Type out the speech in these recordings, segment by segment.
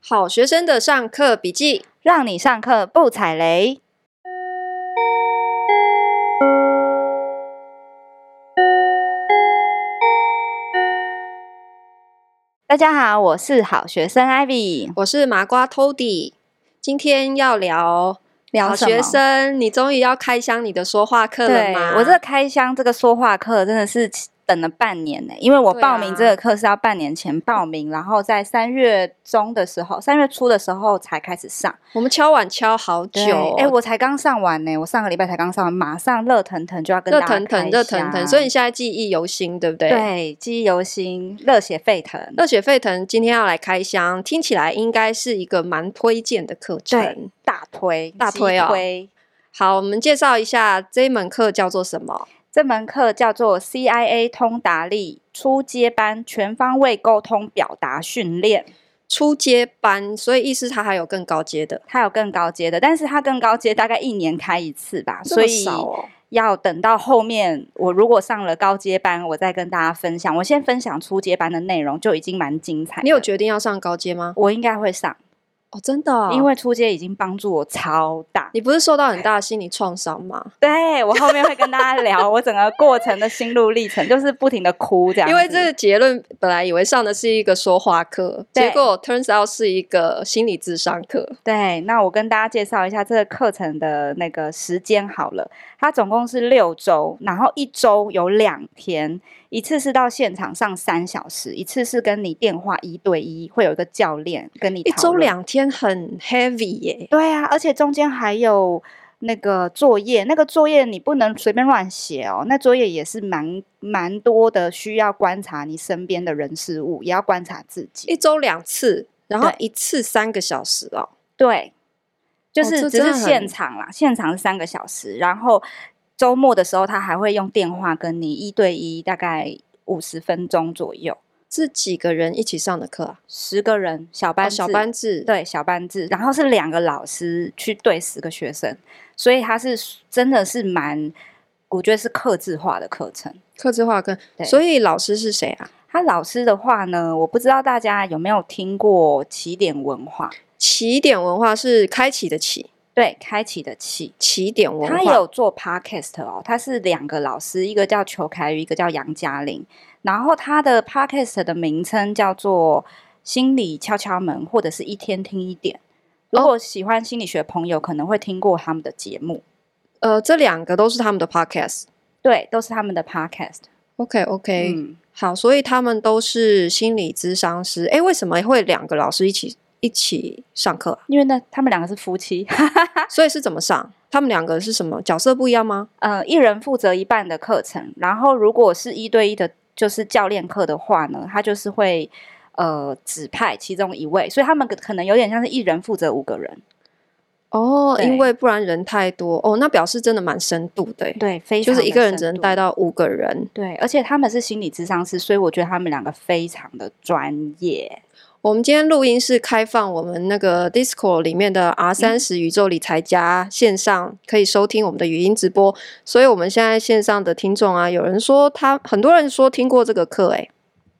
好学生的上课笔记，让你上课不踩雷。大家好，我是好学生 Ivy。我是麻瓜 Tody。今天要聊好聊什学么？生，你终于要开箱你的说话课了对吗？我这个开箱这个说话课真的是等了半年呢、因为我对报名啊这个课是要半年前报名，然后在三月中的时候，三月初的时候才开始上。我们敲碗敲好久对，哦，哎、我才刚上完呢、我上个礼拜才刚上完，马上热腾腾就要跟热大家腾腾开热腾腾，箱所以你现在记忆犹新，对不对？。对记忆犹新，热血沸腾。热血沸腾，今天要来开箱，听起来应该是一个蛮推荐的课程对。大推大激推哦推好，我们介绍一下这一门课叫做什么？这门课叫做 CIA 通达力初阶班全方位沟通表达训练，初阶班，所以意思它还有更高阶的，它有更高阶的，但是它更高阶大概一年开一次吧，这所么以少哦要等到后面我如果上了高阶班，我再跟大家分享。我先分享初阶班的内容就已经蛮精彩的。你有决定要上高阶吗？我应该会上，哦，真的哦、因为初阶已经帮助我超大。你不是受到很大的心理创伤吗？ 对我后面会跟大家聊我整个过程的心路历程，就是不停啊的哭这样子。因为这个结论本来以为上的是一个说话课，对结果 turns out 是一个心理智商课。对，那我跟大家介绍一下这个课程的那个时间好了。它总共是六周，然后一周有两天，一次是到现场上三小时，一次是跟你电话一对一，会有一个教练跟你一讨周论。两天很 heavy 耶、对啊，而且中间还有那个作业，那个作业你不能随便乱写哦。那作业也是蛮蛮多的，需要观察你身边的人事物，也要观察自己。一周两次，然后对一次三个小时哦。对，就哦是这只真是的现很场啦，现场是三个小时，然后周末的时候他还会用电话跟你一对一，大概五十分钟左右，是几个人一起上的课啊？十个人小班哦小制班制，，对小班制，然后是两个老师去对十个学生，所以他是真的是蛮，我觉得是克制化的课程。客制化课。对所以老师是谁啊？他老师的话呢，我不知道大家有没有听过起点文化，起点文化是开启的起，对，开启的启。起点文化。他有做 podcast 哦，他是两个老师，一个叫裘凯宇，一个叫杨嘉玲。然后他的 podcast 的名称叫做《心理敲敲门》，或者是一天听一点。如哦果喜欢心理学的朋友，可能会听过他们的节目。呃，这两个都是他们的 podcast。对，都是他们的 podcast。 OK OK，、嗯，好，所以他们都是心理咨商师。哎，为什么会两个老师一起一起上课、因为呢，他们两个是夫妻， 啊？所以是怎么上？他们两个是什么角色不一样吗？呃，一人负责一半的课程。然后，如果是一对一的，就是教练课的话呢，他就是会呃指派其中一位，所以他们可可能有点像是一人负责五个人。哦，因对为不然人太多哦，那表示真的蛮深度的诶，对，非常就是一的个人深只能度带到五个人。对，而且他们是心理咨商师，所以我觉得他们两个非常的专业。我们今天录音是开放我们那个 Discord 里面的 R 三十宇宙理财家线上可以收听我们的语音直播，所以我们现在线上的听众啊，有人说他很多人说听过这个课，诶，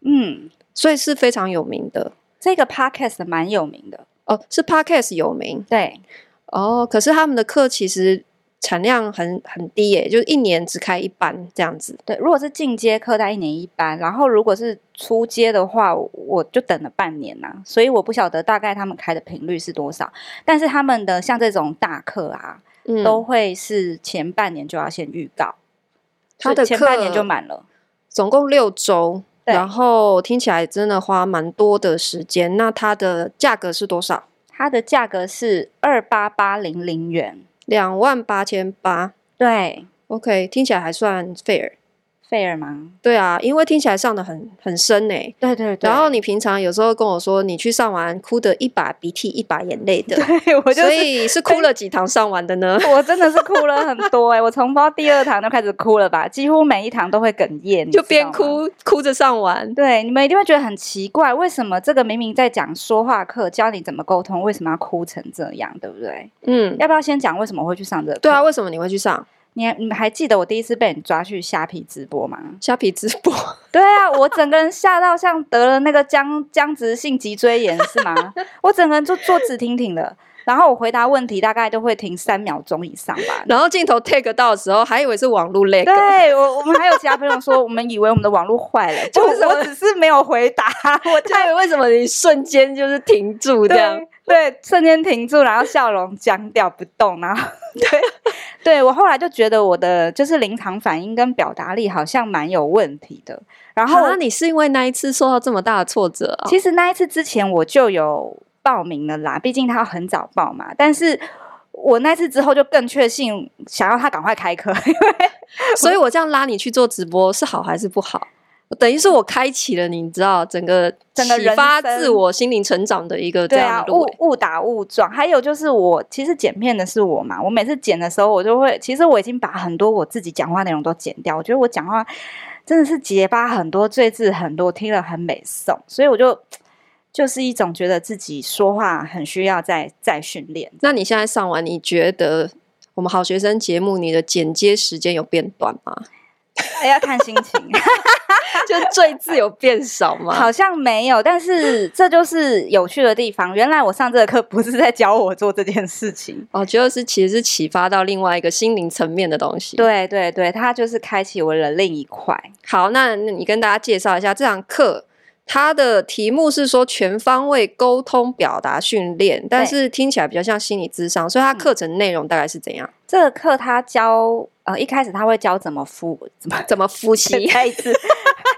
嗯，所以是非常有名的这个 podcast 蛮有名的，哦，是 Podcast 有名对，哦，可是他们的课其实产量很很低耶，就是一年只开一班这样子。对，如果是进阶课，在一年一班；然后如果是初阶的话，我我就等了半年呐、所以我不晓得大概他们开的频率是多少。但是他们的像这种大课啊，嗯都会是前半年就要先预告，他所以的前课半年就满了。总共六周，对然后听起来真的花蛮多的时间。那它的价格是多少？它的价格是二八八零零元，两万八千八。对， OK，听起来还算 fair。费尔吗？对啊，因为听起来上的很很深呢、对对对。然后你平常有时候跟我说，你去上完哭的一把鼻涕一把眼泪的，对我就所是。以是哭了几堂上完的呢？我真的是哭了很多哎、我从包第二堂就开始哭了吧，几乎每一堂都会哽咽，你就知边道吗哭哭着上完。对，你们一定会觉得很奇怪，为什么这个明明在讲说话课，教你怎么沟通，为什么要哭成这样，对不对？嗯，要不要先讲为什么会去上这个？对啊，，为什么你会去上你还你们还记得我第一次被你抓去虾皮直播吗？虾皮直播？ 对啊，我整个人吓到像得了那个僵僵直性脊椎炎是吗？我整个人就坐直挺挺的，然后我回答问题大概都会停三秒钟以上 吧。然后镜头 take 到的时候，还以为是网络 lag， 对我，我们还有其他朋友说，我们以为我们的网络坏了，就就是是我只是没有回答，我就对，为什么你瞬间就是停住这样？对对，瞬间停住，然后笑容僵掉不动，然后对 对我后来就觉得我的就是临场反应跟表达力好像蛮有问题的，然然后后、啊你是因为那一次受到这么大的挫折啊？其实那一次之前我就有报名了啦，毕竟他很早报嘛。但是我那次之后就更确信，想要他赶快开课，因为所 以我这样拉你去做直播是好还是不好？等于是我开启了你，你知道整个整个启人发生自我心灵成长的一个这对样啊的，路、欸误误打误撞。还有就是我其实剪片的是我嘛，我每次剪的时候，我就会，其实我已经把很多我自己讲话内容都剪掉。我觉得我讲话真的是结巴很多，赘字很多，听了很美颂，所以我就。就是一种觉得自己说话很需要再再训练，那你现在上完，你觉得我们好学生节目你的剪接时间有变短吗？哎要看心情。 就赘字有变少 吗？好像没有，但是这就是有趣的地方。原来我上这个课不是在教我做这件事 情，哦，觉得是其实是启发到另外一个心灵层面的东西。，对对对，它就是开启我的另一块。好，那那你跟大家介绍一下这堂课。它的题目是说全方位沟通表达训练，但对嗯是听起来比较像心理智商，所以它课程内容大概是怎样？这个课它教呃一开始他会教怎么敷怎么怎么呼吸？再一 次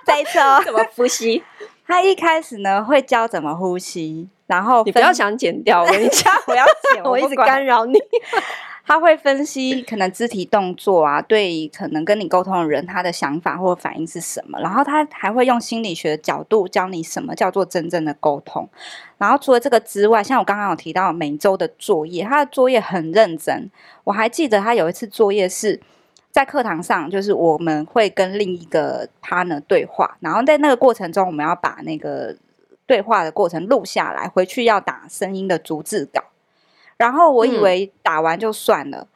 再一次 哦，怎么呼吸？他一开始呢会教怎么呼吸，然后你不要分想剪掉，我跟 你讲， 我要剪，我一不直管干扰 你。他会分析可能肢体动作啊，对可能跟你沟通的人他的想法或反应是什么，然后他还会用心理学的角度教你什么叫做真正的沟通。然后除了这个之外，像我刚刚有提到每周的作业，他的作业很认真。我还记得他有一次作业是在课堂上，就是我们会跟另一个 partner 对话，然后在那个过程中，我们要把那个对话的过程录下来，回去要打声音的逐字稿。然后我以嗯为打完就算了，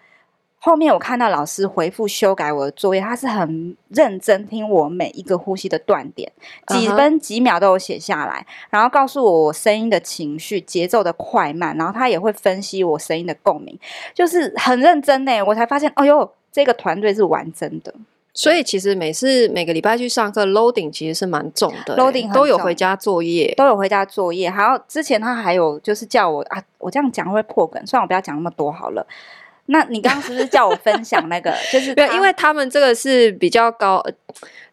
后面我看到老师回复修改我的作业，他是很认真听我每一个呼吸的断点，几嗯哼分几秒都有写下来，然后告诉我我声音的情绪、节奏的快慢，然后他也会分析我声音的共鸣，就是很认真呢。我才发现，哦呦，这个团队是完整的。所以其实每次每个礼拜去上课，loading 其实是蛮重的欸、 loading 很都有重回家作业。都有回家作业，还有之前他还有就是叫我啊，我这样讲会破梗，算了，我不要讲那么多好了。那你刚刚是不是叫我分享那个？就 是对，他因为他们这个是比较高，呃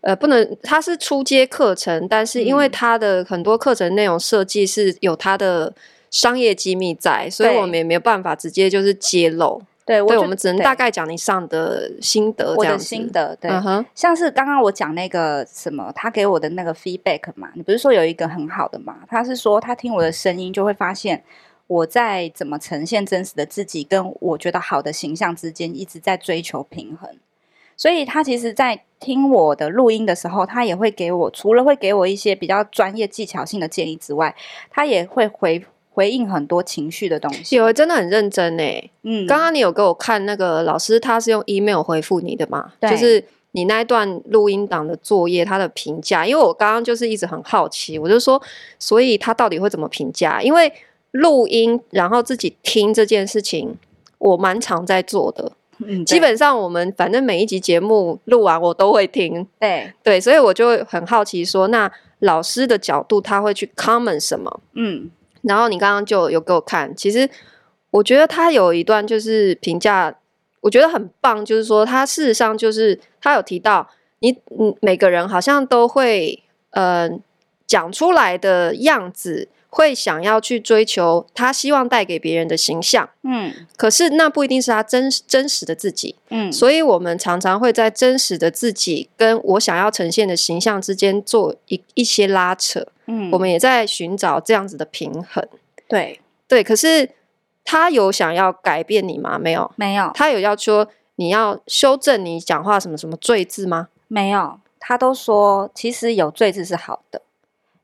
呃，不能，它是初阶课程，但是因为嗯它的很多课程内容设计是有它的商业机密在，所以对我们也没有办法直接就是揭露。对我对，就我们只能对大概讲你上的心得这我样的子。心得，对，嗯哼，像是刚刚我讲那个什么，他给我的那个 feedback 嘛，你不是说有一个很好的嘛？他是说他听我的声音就会发现我在怎么呈现真实的自己，跟我觉得好的形象之间一直在追求平衡。所以他其实，在听我的录音的时候，他也会给我，除了会给我一些比较专业技巧性的建议之外，他也会回回应很多情绪的东西。有真的很认真诶、欸嗯，刚刚你有给我看那个老师，他是用 email 回复你的嘛？对就是你那一段录音档的作业，他的评价。因为我刚刚就是一直很好奇，我就说，所以他到底会怎么评价？因为录音然后自己听这件事情，我蛮常在做的。嗯基本上我们反正每一集节目录完，我都会听。对，对，所以我就会很好奇说，那老师的角度他会去 comment 什么？嗯，然后你刚刚就有给我看，其实我觉得他有一段就是评价，我觉得很棒，就是说他事实上就是他有提到你，嗯，每个人好像都会，呃，讲出来的样子会想要去追求他希望带给别人的形象，嗯，可是那不一定是他真真实的自己，嗯，所以我们常常会在真实的自己跟我想要呈现的形象之间做一一些拉扯，嗯，我们也在寻找这样子的平衡。对，对，可是他有想要改变你吗？没有，没有，他有要说你要修正你讲话什么什么罪字吗？没有，他都说其实有罪字是好的，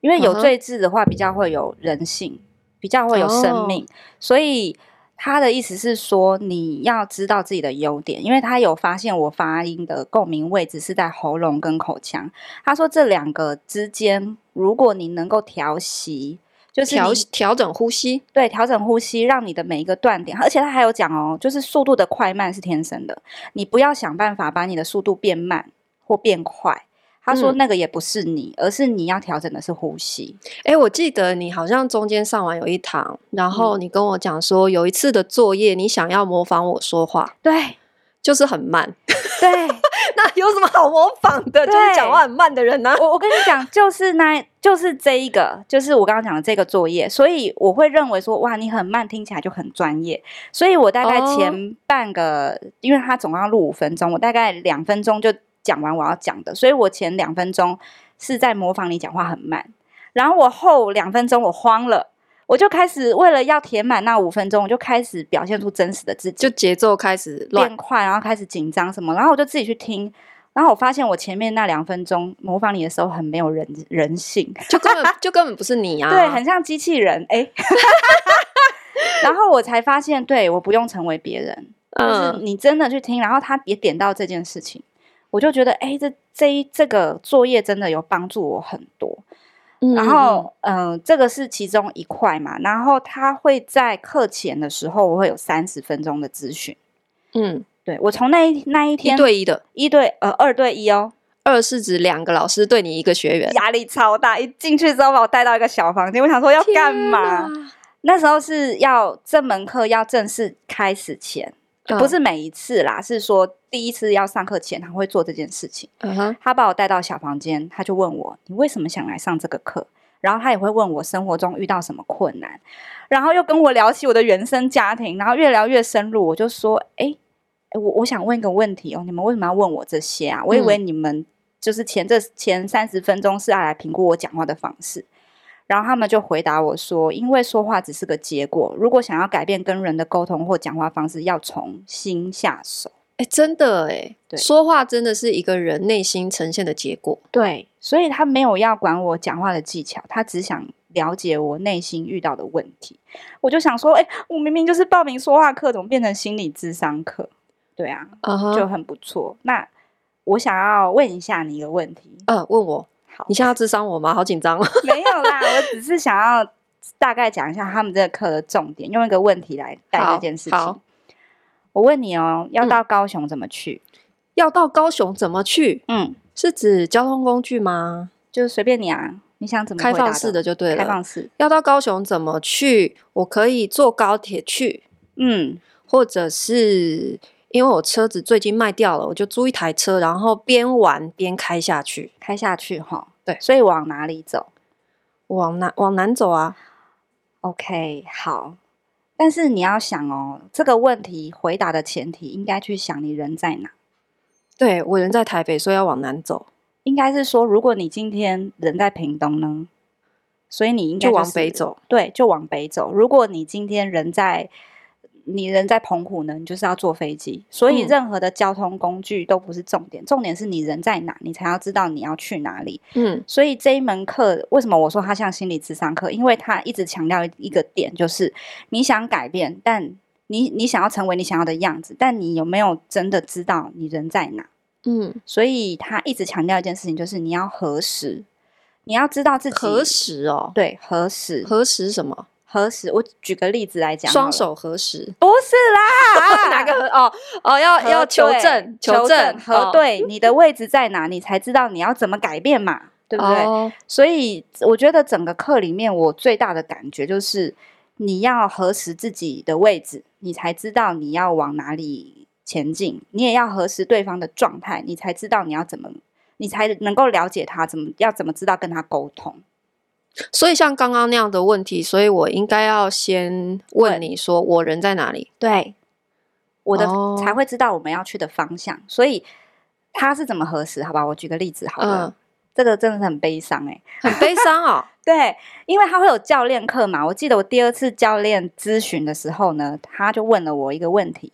因为嗯有哼哦罪字的话比较会有人性，比较会有生命，所以。他的意思是说，你要知道自己的优点，因为他有发现我发音的共鸣位置是在喉咙跟口腔。他说这两个之间，如果你能够调息，就是调你调整呼吸，对调整呼吸，让你的每一个断点，而且他还有讲哦，就是速度的快慢是天生的，你不要想办法把你的速度变慢或变快。他说嗯那个也不是你，而是你要调整的是呼吸。哎，我记得你好像中间上完有一堂，然后你跟我讲说有一次的作业，你想要模仿我说话，对就是很慢。对， 那有什么好模仿的？就是对讲话很慢的人啊呢、我我跟你讲，就是那，就是这一个，就是我刚刚讲的这个作业，所以我会认为说，哇，你很慢，听起来就很专业。所以我大概哦前半个，因为它总共要录五分钟，我大概两分钟就讲完我要讲的，所以我前两分钟是在模仿你讲话很慢，然后我后两分钟我慌了。我就开始为了要填满那五分钟，我就开始表现出真实的自己，就节奏开始乱变快，然后开始紧张什么，然后我就自己去听，然后我发现我前面那两分钟模仿你的时候很没有人人性，就根本就根本不是你啊！对，很像机器人，哎、 然后我才发现，对我不用成为别人，就是嗯，你真的去听，然后他也点到这件事情，我就觉得，哎、这这一这个作业真的有帮助我很多，嗯然后，嗯、这个是其中一块嘛，然后他会在课前的时候，我会有三十分钟的咨询。嗯，对我从那一那一一天对一的，一对呃二对一哦，二是指两个老师对你一个学员，压力超大。一进去之后把我带到一个小房间，我想说要干嘛？天哪？那时候是要这门课要正式开始前，嗯不，是每一次啦，是说第一次要上课前他会做这件事情。嗯哼，他把我带到小房间，他就问我你为什么想来上这个课？然后他也会问我生活中遇到什么困难，然后又跟我聊起我的原生家庭，然后越聊越深入。我就说，哎、诶我我想问一个问题哦，你们为什么要问我这些啊？我以为你们就是前这前三十分钟是要来评估我讲话的方式。然后他们就回答我说：“因为说话只是个结果，如果想要改变跟人的沟通或讲话方式，要从心下手。”哎，真的哎，对说话真的是一个人内心呈现的结果。对，所以他没有要管我讲话的技巧，他只想了解我内心遇到的问题。我就想说，哎、我明明就是报名说话课，怎么变成心理智商课？对啊，嗯就哼，很不错。那我想要问一下你一个问题，嗯，问我，好你，现在要智商我吗？好紧张哦。 没有啦，我只是想要大概讲一下他们这个课的重点，用一个问题来带好这件事好情。我问你哦，要嗯到高雄怎么去？要到高雄怎么去？嗯，是指交通工具吗？就是随便你啊，你想怎么开回答放式的就对开了。放式，要到高雄怎么去？我可以坐高铁去，嗯或者是因为我车子最近卖掉了，我就租一台车，然后边玩边开下去，开下去哈。对所以往哪里走往南往南走啊。 ？OK，好。但是你要想哦，这个问题回答的前提应该去想你人在哪，对我人在台北，所以要往南走，应该是说，如果你今天人在屏东呢，所以你应该、就往北，走。对，就往北走。如果你今天人在你人在澎湖呢，你就是要坐飞机，所以嗯任何的交通工具都不是重点，重点是你人在哪，你才要知道你要去哪里。嗯所以这一门课为什么我说它像心理智商课？因为它一直强调一个点，就是你想改变，但你你想要成为你想要的样子，但你有没有真的知道你人在哪？嗯，所以他一直强调一件事情，就是你要核实，你要知道自己嗯核实哦，对核实核实什么？核实。我举个例子来讲好双了，手核实，不是啦， 哪个核？哦哦，要核要求对证，哦求证核，对你的位置在哪，你才知道你要怎么改变嘛，对对不对？哦所以我觉得整个课里面，我最大的感觉就是，你要核实自己的位置，你才知道你要往哪里前进；你也要核实对方的状态，你才知道你要怎么，你才能够了解他怎么要怎么知道跟他沟通。所以像刚刚那样的问题，所以我应该要先问问你说我人在哪里？对，我的、哦才会知道我们要去的方向。所以他是怎么核实？好吧，我举个例子好了，嗯，这个真的是很悲伤哎、很悲伤 哦。对，因为他会有教练课嘛。我记得我第二次教练咨询的时候呢，他就问了我一个问题，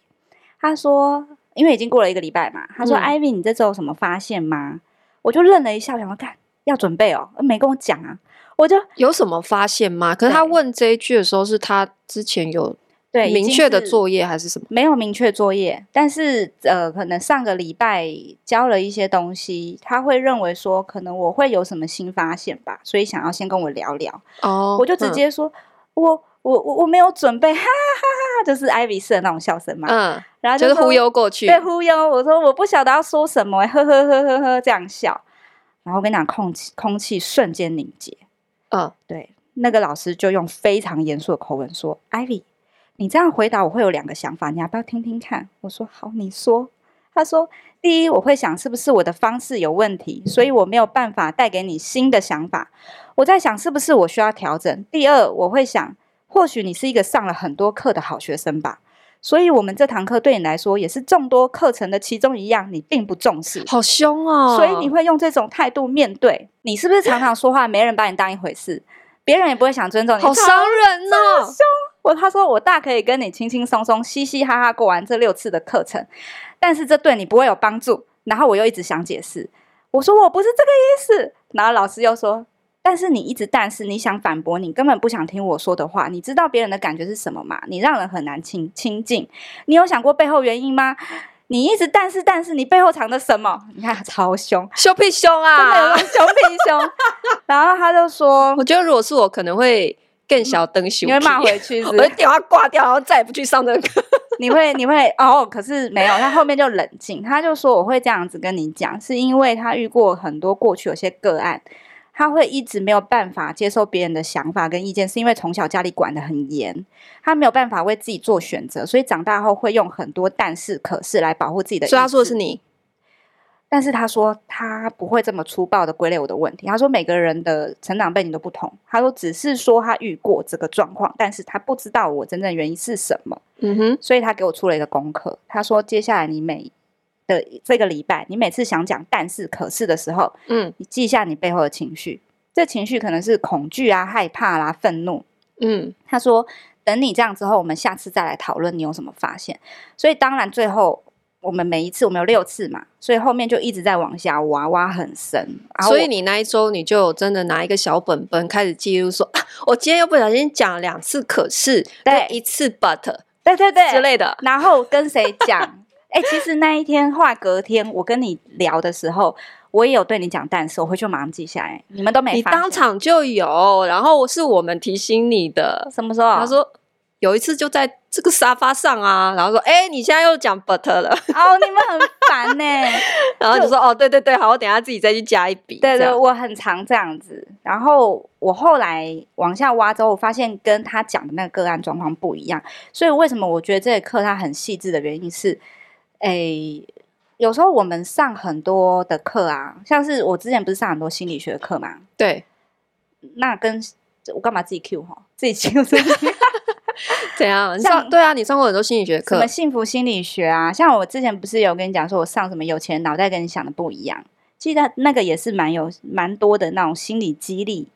他说，因为已经过了一个礼拜嘛，他说、嗯 i v y 你这周有什么发现吗？”我就愣了一下，我想说，干要准备哦，没跟我讲啊，我就有什么发现吗？可是他对问这一句的时候，是他之前有对，已明经确的是作业还是什么？没有明确作业，但是呃，可能上个礼拜教了一些东西，他会认为说，可能我会有什么新发现吧，所以想要先跟我聊聊。哦，我就直嗯接说，我我我我没有准备，哈哈哈哈，就是艾比斯的那种笑声嘛。嗯，然后就是说忽悠过去，对忽悠。我说我不晓得要说什么、欸，呵呵呵呵呵，这样笑。然后我跟你讲，空气空气瞬间凝结。嗯，对，那个老师就用非常严肃的口吻说：“Ivy，你这样回答我会有两个想法，你要不要听听看？”我说：“好，你说。”他说：“第一，我会想是不是我的方式有问题，所以我没有办法带给你新的想法。我在想是不是我需要调整。第二，我会想，或许你是一个上了很多课的好学生吧。”所以，我们这堂课对你来说也是众多课程的其中一样，你并不重视。好凶哦，所以你会用这种态度面对。你是不是常常说话，没人把你当一回事，别人也不会想尊重你？好伤人哦好凶，！我他说我大可以跟你轻轻松松、嘻嘻哈哈过完这六次的课程，但是这对你不会有帮助。然后我又一直想解释，我说我不是这个意思。然后老师又说，但是你一直但是你想反驳，你根本不想听我说的话。你知道别人的感觉是什么吗？你让人很难亲亲近。你有想过背后原因吗？你一直但是但是你背后藏着什么？ 你看超凶。凶屁凶真的有啊那！种熊比熊。然后他 就说我觉哦得如果是我，可能会更小灯羞，你会骂，回去是我不的是，电话挂掉，然后再也不去上这个课。你会你会哦，可是没有，他后面就冷静，他就说我会这样子跟你讲，是因为他遇过很多过去有些个案。他会一直没有办法接受别人的想法跟意见，是因为从小家里管得很严，他没有办法为自己做选择，所以长大后会用很多但是、可是来保护自己的。所以他说的是你，但是他说他不会这么粗暴的归类我的问题。他说每个人的成长背景都不同。他说只是说他遇过这个状况，但是他不知道我真正原因是什么，嗯哼，所以他给我出了一个功课。他说接下来你每的这个礼拜，你每次想讲但是可是的时候，嗯你记一下你背后的情绪。这情绪可能是恐惧啊、害怕啦、愤怒，嗯，他说：“等你这样之后，我们下次再来讨论你有什么发现。”所以当然最后我们每一次我们有六次嘛，所以后面就一直在往下挖，挖很深。然后所以我你那一周你就真的拿一个小本本开始记录，说啊，我今天又不小心讲了两次，可是对跟一次 but 对对对之类的，然后跟谁讲？哎、其实那一天话隔天我跟你聊的时候，我也有对你讲，但是我回去马上记下来，你们都没你发现。当场就有，然后是我们提醒你的。什么时候？啊他说有一次就在这个沙发上啊，然后说，哎、你现在又讲 but 了。 哦，你们很烦呢、然后就说哦，对对对，好，我等一下自己再去加一笔。对这对，样，我很常这样子。然后我后来往下挖之后，我发现跟他讲的那个个案状况不一样，所以为什么我觉得这个课它很细致的原因是，诶，有时候我们上很多的课啊，像是我之前不是上很多心理学课嘛，对，那跟我干嘛自己 Q 哈， 自己 Q 自己 Q 怎样？你像上对啊，你上过很多心理学什课么，幸福心理学啊，像我之前不是有跟你讲说，我上什么有钱人脑袋跟你想的不一样，记得那个也是蛮有蛮多的那种心理激励，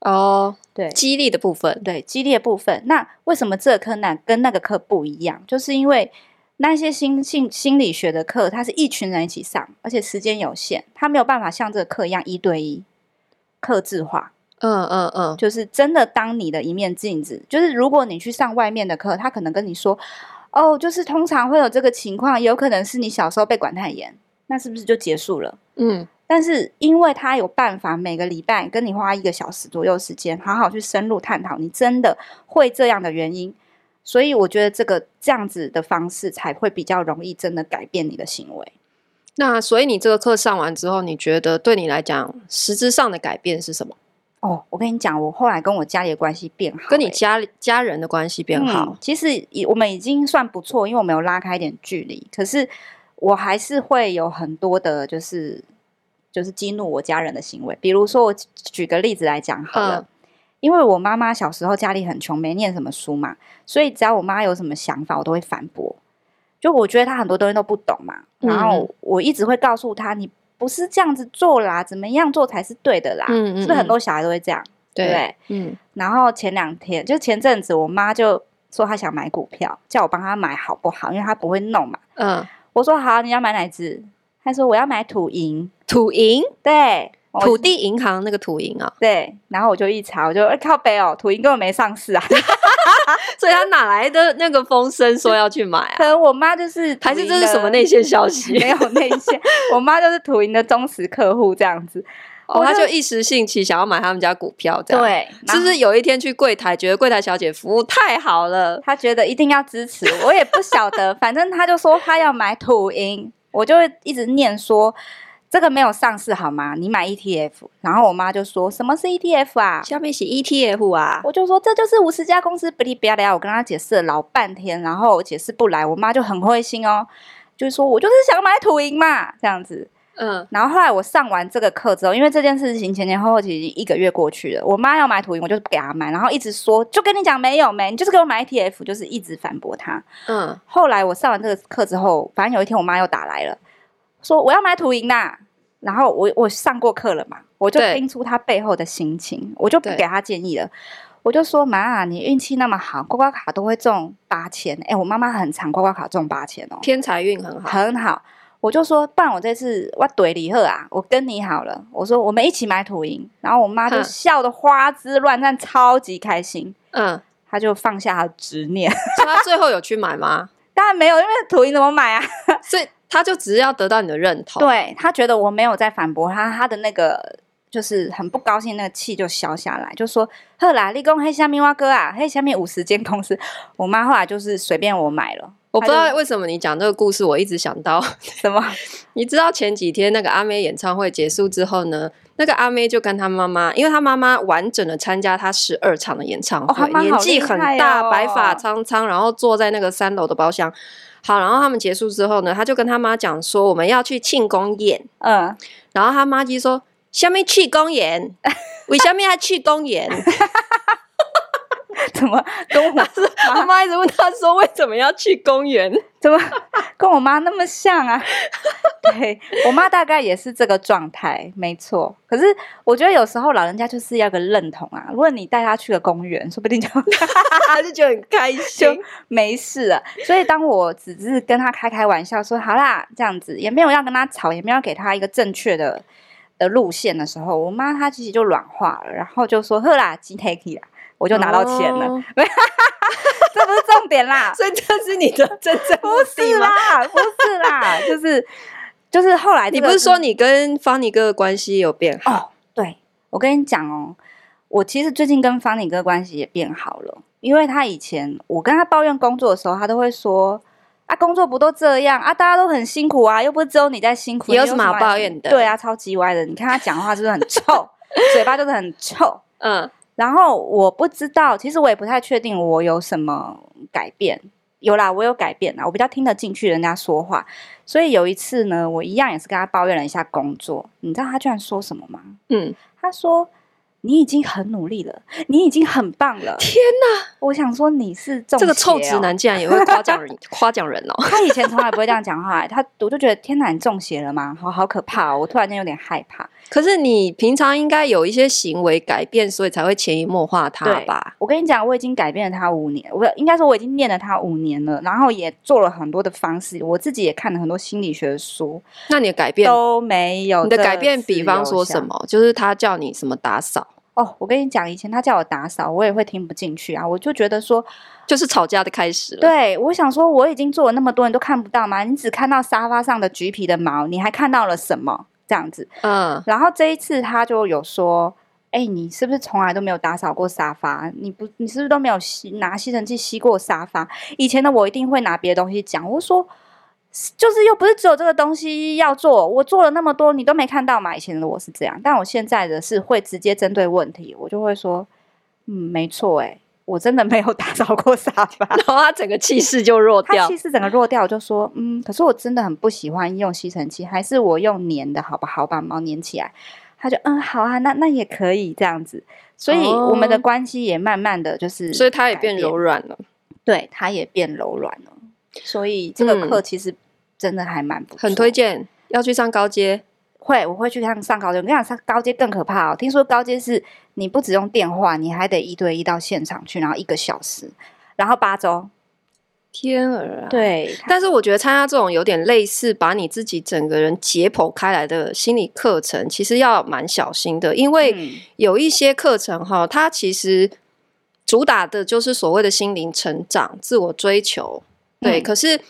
哦，对。激励的部分，对激烈部分。那为什么这课那跟那个课不一样？就是因为那些心性心理学的课，它是一群人一起上，而且时间有限，它没有办法像这个课一样一对一。克制化嗯嗯嗯，就是真的当你的一面镜子，就是如果你去上外面的课，他可能跟你说，哦，就是通常会有这个情况，有可能是你小时候被管太严，那是不是就结束了？嗯，但是因为他有办法每个礼拜跟你花一个小时左右时间，好好去深入探讨你真的会这样的原因，所以我觉得这个这样子的方式才会比较容易真的改变你的行为。那所以你这个课上完之后，你觉得对你来讲实质上的改变是什么？哦，我跟你讲，我后来跟我家里的关系变好、跟你欸家里家人的关系变嗯好，其实已我们已经算不错，因为我们有拉开一点距离，可是我还是会有很多的，就是就是激怒我家人的行为。比如说，我举举个例子来讲好了。嗯因为我妈妈小时候家里很穷，没念什么书嘛，所以只要我妈有什么想法，我都会反驳。就我觉得她很多东西都不懂嘛，嗯然后我一直会告诉她，你不是这样子做啦，怎么样做才是对的啦。嗯嗯是不是很嗯多小孩都会这样？对不对对，嗯，然后前两天就前阵子，我妈就说她想买股票，叫我帮她买好不好？因为她不会弄嘛。嗯，我说好，你要买哪只？她说我要买土银。土银对，我土地银行那个土银 啊，对，然后我就一查，我就、哎靠北哦，土银根本没 上市啊，所以他哪来的那个风声说要去买可啊？能我妈就是 还是这是什么内内线 消息没有内线，我妈就是土银的忠实客户这样子。哦，我他就就一时兴起想要买他们家股票，这样。对，是不是有一天去柜台，觉得柜台小姐服务太好了？他觉得一定要支持，我也不晓得， 反正他就说他要买土银，我就一直念说这个没有上市好吗？你买 ETF，然后我妈就说什么是 ETF 啊？下面写 ETF 啊，我就说这就是五十家公司，哔哩哔啦，我跟她解释了老半天，然后我解释不来，我妈就很灰心哦，就是说我就是想买土银嘛，这样子。嗯，然后后来我上完这个课之后，因为这件事情前前后后其实已经一个月过去了，我妈要买土银，我就不给她买，然后一直说，就跟你讲没有没，你就是给我买 ETF，就是一直反驳她。嗯，后来我上完这个课之后，反正有一天我妈又打来了，说我要买土银啦。然后我我上过课了嘛，我就对听出她背后的心情，我就不对给她建议了。我就说妈，啊你运气那么好，刮刮卡都会中八千。哎，我妈妈很常刮刮卡中八千哦，偏财运很好。很好。我就说，不然我这次我怼李贺啊，我跟你好了。我说我们一起买土银，然后我妈就哼笑得花枝乱颤，超级开心。嗯，她就放下她的执念， 所以他最后有去买吗？当然没有，因为土银怎么买啊？所以他就只是要得到你的认同。对她觉得我没有在反驳她，她的那个就是很不高兴，那个气就消下来，就说：“贺啦，立功黑虾米蛙哥啊，黑虾米五十间公司。”我妈后来就是随便我买 了我不知他道就为什么你讲这个故事，我一直想到， 什么？你知道前几天那个阿妹演唱会结束之后呢，那个阿妹就跟她妈妈，因为她妈妈完整的参加她十二场的演唱哦她会，妈好年纪很大，厉害哦白发苍苍，然后坐在那个三楼的包厢。好，然后他们结束之后呢，她就跟她妈讲说，我们要去庆功宴，嗯，然后她妈就说，下面去公园，为什么要去公园？怎么跟我 她妈一直问她说，为什么要去公园？怎么跟我妈那么像啊？对我妈大概也是这个状态，没错。可是我觉得有时候老人家就是要个认同啊。如果你带他去个公园，说不定就 她就觉得很开就心。没事了。所以当我只是跟他开开玩笑说好啦这样子，也没有要跟他吵，也没有要给他一个正确的的路线的时候，我妈她其实就软化了，然后就说呵啦，鸡 take 啦，我就拿到钱了。哦这不是重点啦， 所以这是你的真正目不的是吗？啦，不是啦，就是就是后来、你不是说你跟方尼哥的关系有变好？哦？对，我跟你讲哦，我其实最近跟方宁哥关系也变好了，因为他以前我跟他抱怨工作的时候，他都会说。啊，工作不都这样啊？大家都很辛苦啊，又不是只有你在辛苦，有你什么好好抱怨的对啊，超级歪的。你看他讲话是不是很臭， 嘴巴就是很臭。嗯，然后我不知道，其实我也不太确定我有什么改变。有啦，我有改变啦，我比较听得进去人家说话。所以有一次呢，我一样也是跟他抱怨了一下工作，你知道他居然说什么吗？嗯，他说：“你已经很努力了，你已经很棒了。”天哪！我想说你是中这个邪臭直哦男竟然也会夸奖 人，夸奖人哦。 他以前从来不会这样讲话，欸他我就觉得天哪，你中邪了吗？好好可怕、哦，我突然间有点害怕。可是你平常应该有一些行为改变，所以才会潜移默化他对吧？我跟你讲，我已经改变了他五年，我应该说我已经念了他五年了，然后也做了很多的方式，我自己也看了很多心理学的书，那你的改变，都没有你的这改变，次比方说有效什么？就是他叫你什么打扫，哦，我跟你讲，以前他叫我打扫，我也会听不进去啊，我就觉得说，就是吵架的开始了。，对我想说，我已经做了那么多，你都看不到吗？你只看到沙发上的橘皮的毛，你还看到了什么？这样子，嗯，然后这一次他就有说：“哎、你是不是从来都没有打扫过沙发？你不，你是不是都没有吸拿吸尘器吸过沙发？以前的我一定会拿别的东西讲，我说。”就是又不是只有这个东西要做，我做了那么多，你都没看到嘛？以前的我是这样，但我现在的是会直接针对问题，我就会说，嗯，没错，哎，我真的没有打扫过沙发， 然后他整个气势就弱他掉气。势整个弱掉，我就说嗯，可是我真的很不喜欢用吸尘器，还是我用粘的好不好？把毛粘起来。他就嗯，好啊，那那也可以这样子，所以我们的哦关系也慢慢的就是，所以他也变柔，软了，对，他也变柔软了。所以这个嗯课其实真的还蛮不错，很推。荐要去上高阶。会，我会去看上高阶。我跟你讲，上高阶更可怕哦。听说高阶是你不只用电话，你还得一对一到现场去，然后一个小时，然后八周，天鹅啊，。对，它但是我觉得参加这种有点类似把你自己整个人解剖开来的心理课程，其实要蛮小心的，因为嗯有一些课程哈，它其实主打的就是所谓的心灵成长、自我追求。对，嗯可是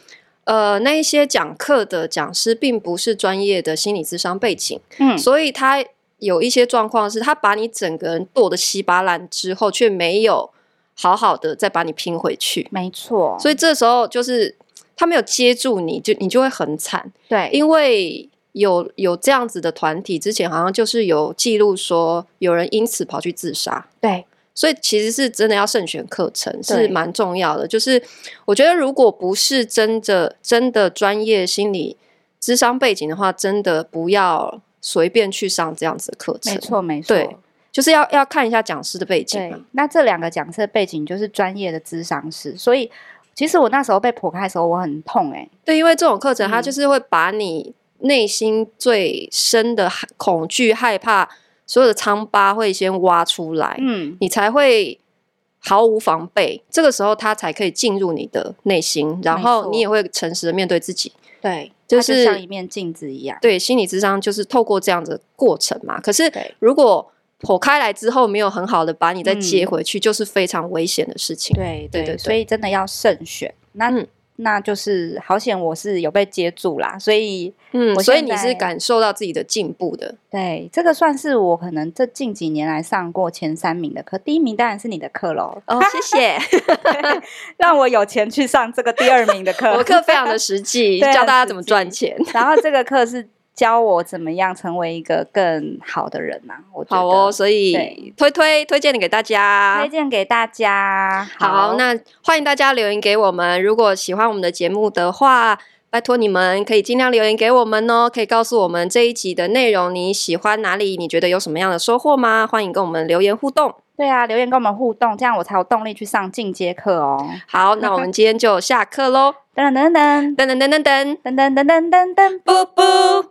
呃，那一些讲课的讲师并不是专业的心理智商背景，嗯所以他有一些状况是他把你整个人剁得稀巴烂之后，却没有好好的再把你拼回去，没错，所以这时候就是他没有接住你，就你就会很惨。对，因为有有这样子的团体，之前好像就是有记录说有人因此跑去自杀，对，所以其实是真的要慎选课程对是蛮重要的。就是我觉得如果不是真的真的专业心理智商背景的话，真的不要随便去上这样子的课程没，错，没错，对就是要要看一下讲师的背景对啊。，那这两个讲师的背景就是专业的咨商师，所以其实我那时候被剖开的时候，我很痛哎、对，因为这种课程它嗯就是会把你内心最深的害恐惧、害怕所有的疮疤会先挖出来，嗯，你才会毫无防备，这个时候他才可以进入你的内心，然没后错你也会诚实的面对自己。对，就它是像一面镜子一样，对，心理智商就是透过这样的过程嘛。可是对如果剖开来之后没有很好的把你再接嗯回去，就是非常危险的事情。对对对对所以真的要慎选。那、嗯那就是好险，我是有被接住啦，所以嗯，我所以现你是在感受到自己的进步的。对这个算是我可能这近几年来上过前三名的课，第一名当然是你的课喽，哦，谢谢， 让我有钱去上这个第二名的课。 我的课非常的实际， 对很教大家实怎么际赚钱。然后这个课是教我怎么样成为一个更好的人呐、我觉得好哦，，所以对推推推荐你给大家推，荐给大家。好，那欢迎大家留言给我们。如果喜欢我们的节目的话，拜托你们可以尽量留言给我们哦，可以告诉我们这一集的内容你喜欢哪里，你觉得有什么样的收获吗？欢迎跟我们留言互动。对啊，留言跟我们互动，这样我才有动力去上进阶课哦。好，那我们今天就下课喽，噔噔噔噔噔噔噔噔，噔噔噔噔噔噔噔。布布。